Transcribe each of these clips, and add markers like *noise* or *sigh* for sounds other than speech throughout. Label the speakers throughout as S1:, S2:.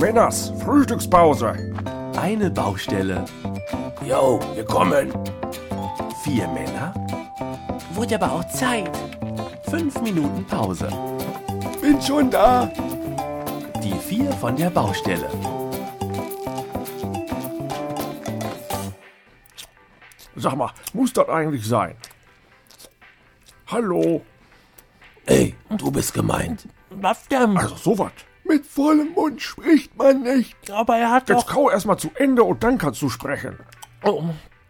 S1: Männers, Frühstückspause.
S2: Eine Baustelle.
S1: Yo, wir kommen.
S2: Vier Männer. Wurde aber auch Zeit. Fünf Minuten Pause.
S1: Bin schon da.
S2: Die vier von der Baustelle.
S1: Sag mal, muss das eigentlich sein? Hallo.
S3: Ey, du bist gemeint.
S4: Was denn?
S1: Also sowas.
S3: Mit vollem Mund spricht man nicht.
S4: Aber er hat
S1: Jetzt
S4: doch...
S1: kau erst mal zu Ende und dann kannst du sprechen.
S4: Oh,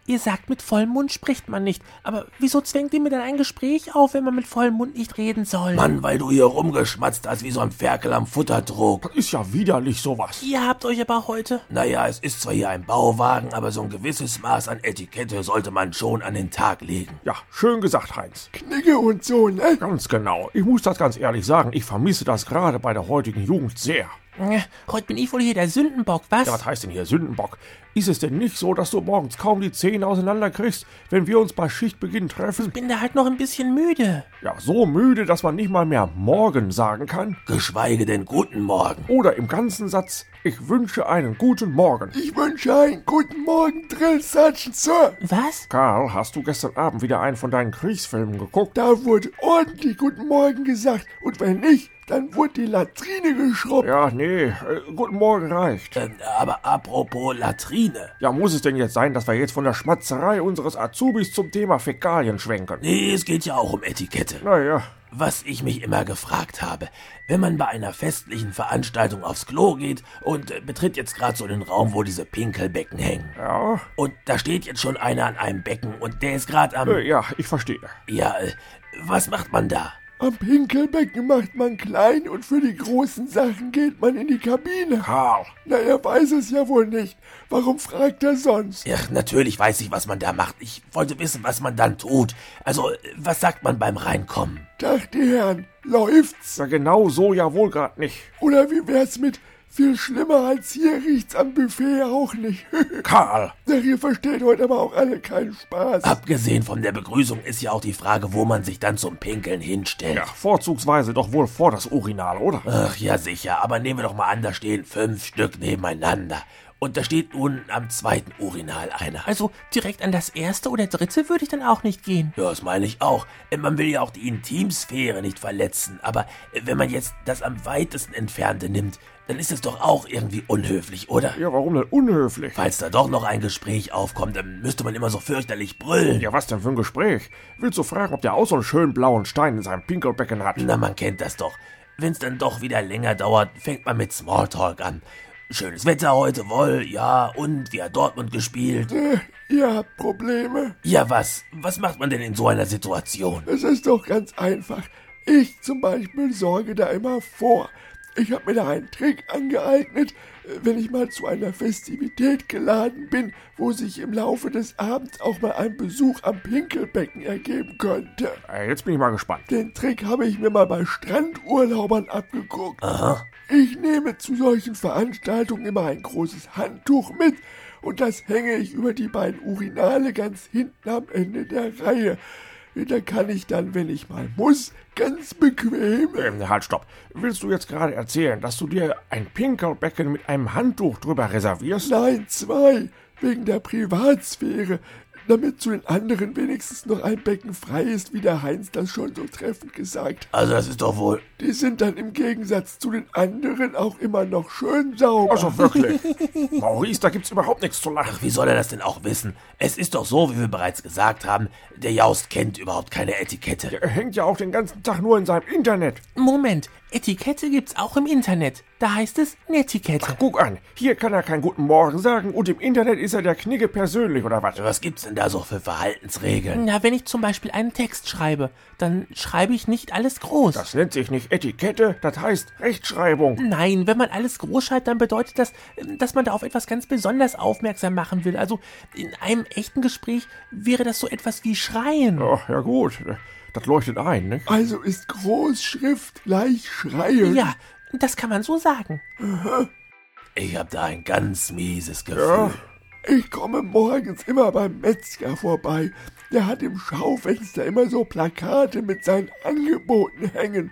S4: ihr sagt, mit vollem Mund spricht man nicht. Aber wieso zwängt ihr mir denn ein Gespräch auf, wenn man mit vollem Mund nicht reden soll?
S3: Mann, weil du hier rumgeschmatzt hast wie so ein Ferkel am Futtertrog.
S1: Das ist ja widerlich sowas.
S4: Ihr habt euch aber heute...
S3: Naja, es ist zwar hier ein Bauwagen, aber so ein gewisses Maß an Etikette sollte man schon an den Tag legen.
S1: Ja, schön gesagt, Heinz.
S3: Knigge und so, ne?
S1: Ganz genau. Ich muss das ganz ehrlich sagen, ich vermisse das gerade bei der heutigen Jugend sehr.
S4: Äh, Heute bin ich wohl hier der Sündenbock, was?
S1: Ja, was heißt denn hier Sündenbock? Ist es denn nicht so, dass du morgens kaum die Zähne auseinanderkriegst, wenn wir uns bei Schichtbeginn treffen?
S4: bin da halt noch ein bisschen müde.
S1: Ja, so müde, dass man nicht mal mehr morgen sagen kann?
S3: Geschweige denn guten Morgen.
S1: Oder im ganzen Satz, ich wünsche einen guten Morgen.
S3: Ich wünsche einen guten Morgen, Drill Sergeant, Sir.
S4: Was?
S1: Karl, hast du gestern Abend wieder einen von deinen Kriegsfilmen geguckt?
S3: Da wurde ordentlich guten Morgen gesagt. Und wenn nicht, dann wurde die Latrine geschrubbt.
S1: Ja, nee, äh, guten Morgen reicht.
S3: Ähm, aber apropos Latrine.
S1: Ja, muss es denn jetzt sein, dass wir jetzt von der Schmatzerei unseres Azubis zum Thema Fäkalien schwenken?
S3: Nee, es geht ja auch um Etikette.
S1: Naja,
S3: Was ich mich immer gefragt habe, wenn man bei einer festlichen Veranstaltung aufs Klo geht und äh, betritt jetzt gerade so den Raum, wo diese Pinkelbecken hängen.
S1: ja,
S3: Und da steht jetzt schon einer an einem Becken und der ist gerade am...
S1: äh, ja, ich verstehe.
S3: Ja, äh, was macht man da?
S5: Am Pinkelbecken macht man klein und für die großen Sachen geht man in die Kabine.
S1: Karl,
S5: Na, er weiß es ja wohl nicht. Warum fragt er sonst?
S3: Ja, natürlich weiß ich, was man da macht. Ich wollte wissen, was man dann tut. Also, äh, was sagt man beim Reinkommen?
S5: Dachte Herrn, läuft's?
S1: ja genau so ja wohl grad nicht.
S5: Oder wie wär's mit viel schlimmer als hier riecht's am Buffet auch nicht? *laughs*
S1: Karl,
S5: Sag, ihr versteht heute aber auch alle keinen Spaß.
S3: Abgesehen von der Begrüßung ist ja auch die Frage, wo man sich dann zum Pinkeln hinstellt.
S1: ja, vorzugsweise doch wohl vor das Urinal, oder?
S3: Ach ja, sicher, aber nehmen wir doch mal an, da stehen fünf Stück nebeneinander. Und da steht nun am zweiten Urinal einer.
S4: Also direkt an das erste oder dritte würde ich dann auch nicht gehen.
S3: Ja, das meine ich auch. Äh, Man will ja auch die Intimsphäre nicht verletzen, aber äh, wenn man jetzt das am weitesten entfernte nimmt, dann ist es doch auch irgendwie unhöflich, oder?
S1: Ja, warum denn unhöflich?
S3: Falls da doch noch ein Gespräch aufkommt, dann müsste man immer so fürchterlich brüllen.
S1: Ja, was denn für ein Gespräch? Willst du fragen, ob der auch so einen schönen blauen Stein in seinem Pinkelbecken hat?
S3: Na, man kennt das doch. Wenn's dann doch wieder länger dauert, fängt man mit Smalltalk an. Schönes Wetter heute, wohl, ja, und wie hat Dortmund gespielt?
S5: äh, Ihr habt Probleme.
S3: Ja, was? Was macht man denn in so einer Situation?
S5: Es ist doch ganz einfach. Ich zum Beispiel sorge da immer vor. Ich habe mir da einen Trick angeeignet, äh, wenn ich mal zu einer Festivität geladen bin, wo sich im Laufe des Abends auch mal ein Besuch am Pinkelbecken ergeben könnte.
S1: Äh, jetzt bin ich mal gespannt.
S5: Den Trick habe ich mir mal bei Strandurlaubern abgeguckt. Ich nehme zu solchen Veranstaltungen immer ein großes Handtuch mit und das hänge ich über die beiden Urinale ganz hinten am Ende der Reihe. Da kann ich dann, wenn ich mal muss, ganz bequem.
S1: Ähm, halt, stopp. Willst du jetzt gerade erzählen, dass du dir ein Pinkelbecken mit einem Handtuch drüber reservierst?
S5: Nein, zwei, wegen der Privatsphäre, damit zu den anderen wenigstens noch ein Becken frei ist, wie der Heinz das schon so treffend gesagt
S3: Also, das ist doch wohl.
S5: Die sind dann im Gegensatz zu den anderen auch immer noch schön sauber.
S1: Also wirklich. *laughs* Maurice, da gibt's überhaupt nichts zu lachen.
S3: Wie soll er das denn auch wissen? Es ist doch so, wie wir bereits gesagt haben, der Jaust kennt überhaupt keine Etikette.
S1: Er hängt ja auch den ganzen Tag nur in seinem Internet.
S4: Moment, Etikette gibt's auch im Internet. Da heißt es Netiquette.
S1: Guck an, hier kann er keinen guten Morgen sagen und im Internet ist er der Knigge persönlich oder was?
S3: Was gibt's denn da so für Verhaltensregeln?
S4: Na, wenn ich zum Beispiel einen Text schreibe, dann schreibe ich nicht alles groß.
S1: Das nennt sich nicht Etikette, das heißt Rechtschreibung.
S4: Nein, wenn man alles groß schreibt, dann bedeutet das, ähm, dass man da auf etwas ganz besonders aufmerksam machen will. Also in einem echten Gespräch wäre das so etwas wie Schreien.
S1: Ach, ja gut, das leuchtet ein, ne?
S5: Also ist Großschrift gleich Schreien.
S4: Ja, das kann man so sagen.
S3: Ich hab da ein ganz mieses Gefühl.
S5: Ich komme morgens immer beim Metzger vorbei. Der hat im Schaufenster immer so Plakate mit seinen Angeboten hängen.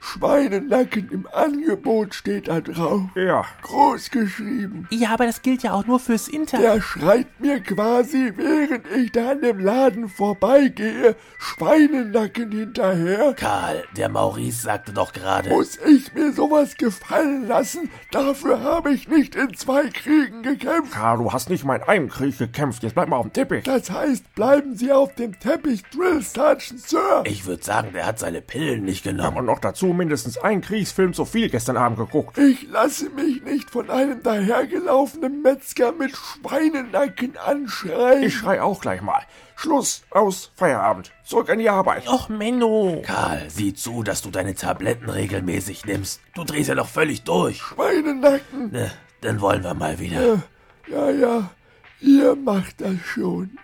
S5: Schweinenacken im Angebot steht da drauf.
S1: Ja.
S5: Groß geschrieben.
S4: Ja, aber das gilt ja auch nur fürs Internet.
S5: Der schreit mir quasi, während ich da an dem Laden vorbeigehe, Schweinenacken hinterher.
S3: Karl, der Maurice sagte doch gerade.
S5: Muss ich mir sowas gefallen lassen? Dafür habe ich nicht in zwei Kriegen gekämpft.
S1: Karl, du hast nicht mal in einem Krieg gekämpft. Jetzt bleib mal auf dem Teppich.
S5: Das heißt, bleiben Sie auf dem Teppich, Drill Sergeant, Sir.
S3: Ich würde sagen, der hat seine Pillen nicht
S1: Und
S3: genommen.
S1: noch dazu mindestens einen Kriegsfilm zu viel gestern Abend geguckt.
S5: Ich lasse mich nicht von einem dahergelaufenen Metzger mit Schweinenacken anschreien.
S1: Ich schrei auch gleich mal. Schluss, aus, Feierabend. Zurück an die Arbeit.
S4: Och, Menno.
S3: Karl, sieh zu, dass du deine Tabletten regelmäßig nimmst. Du drehst ja noch völlig durch.
S5: Schweinenacken.
S3: Ne, dann wollen wir mal wieder.
S5: Ja, ja, ihr macht das schon.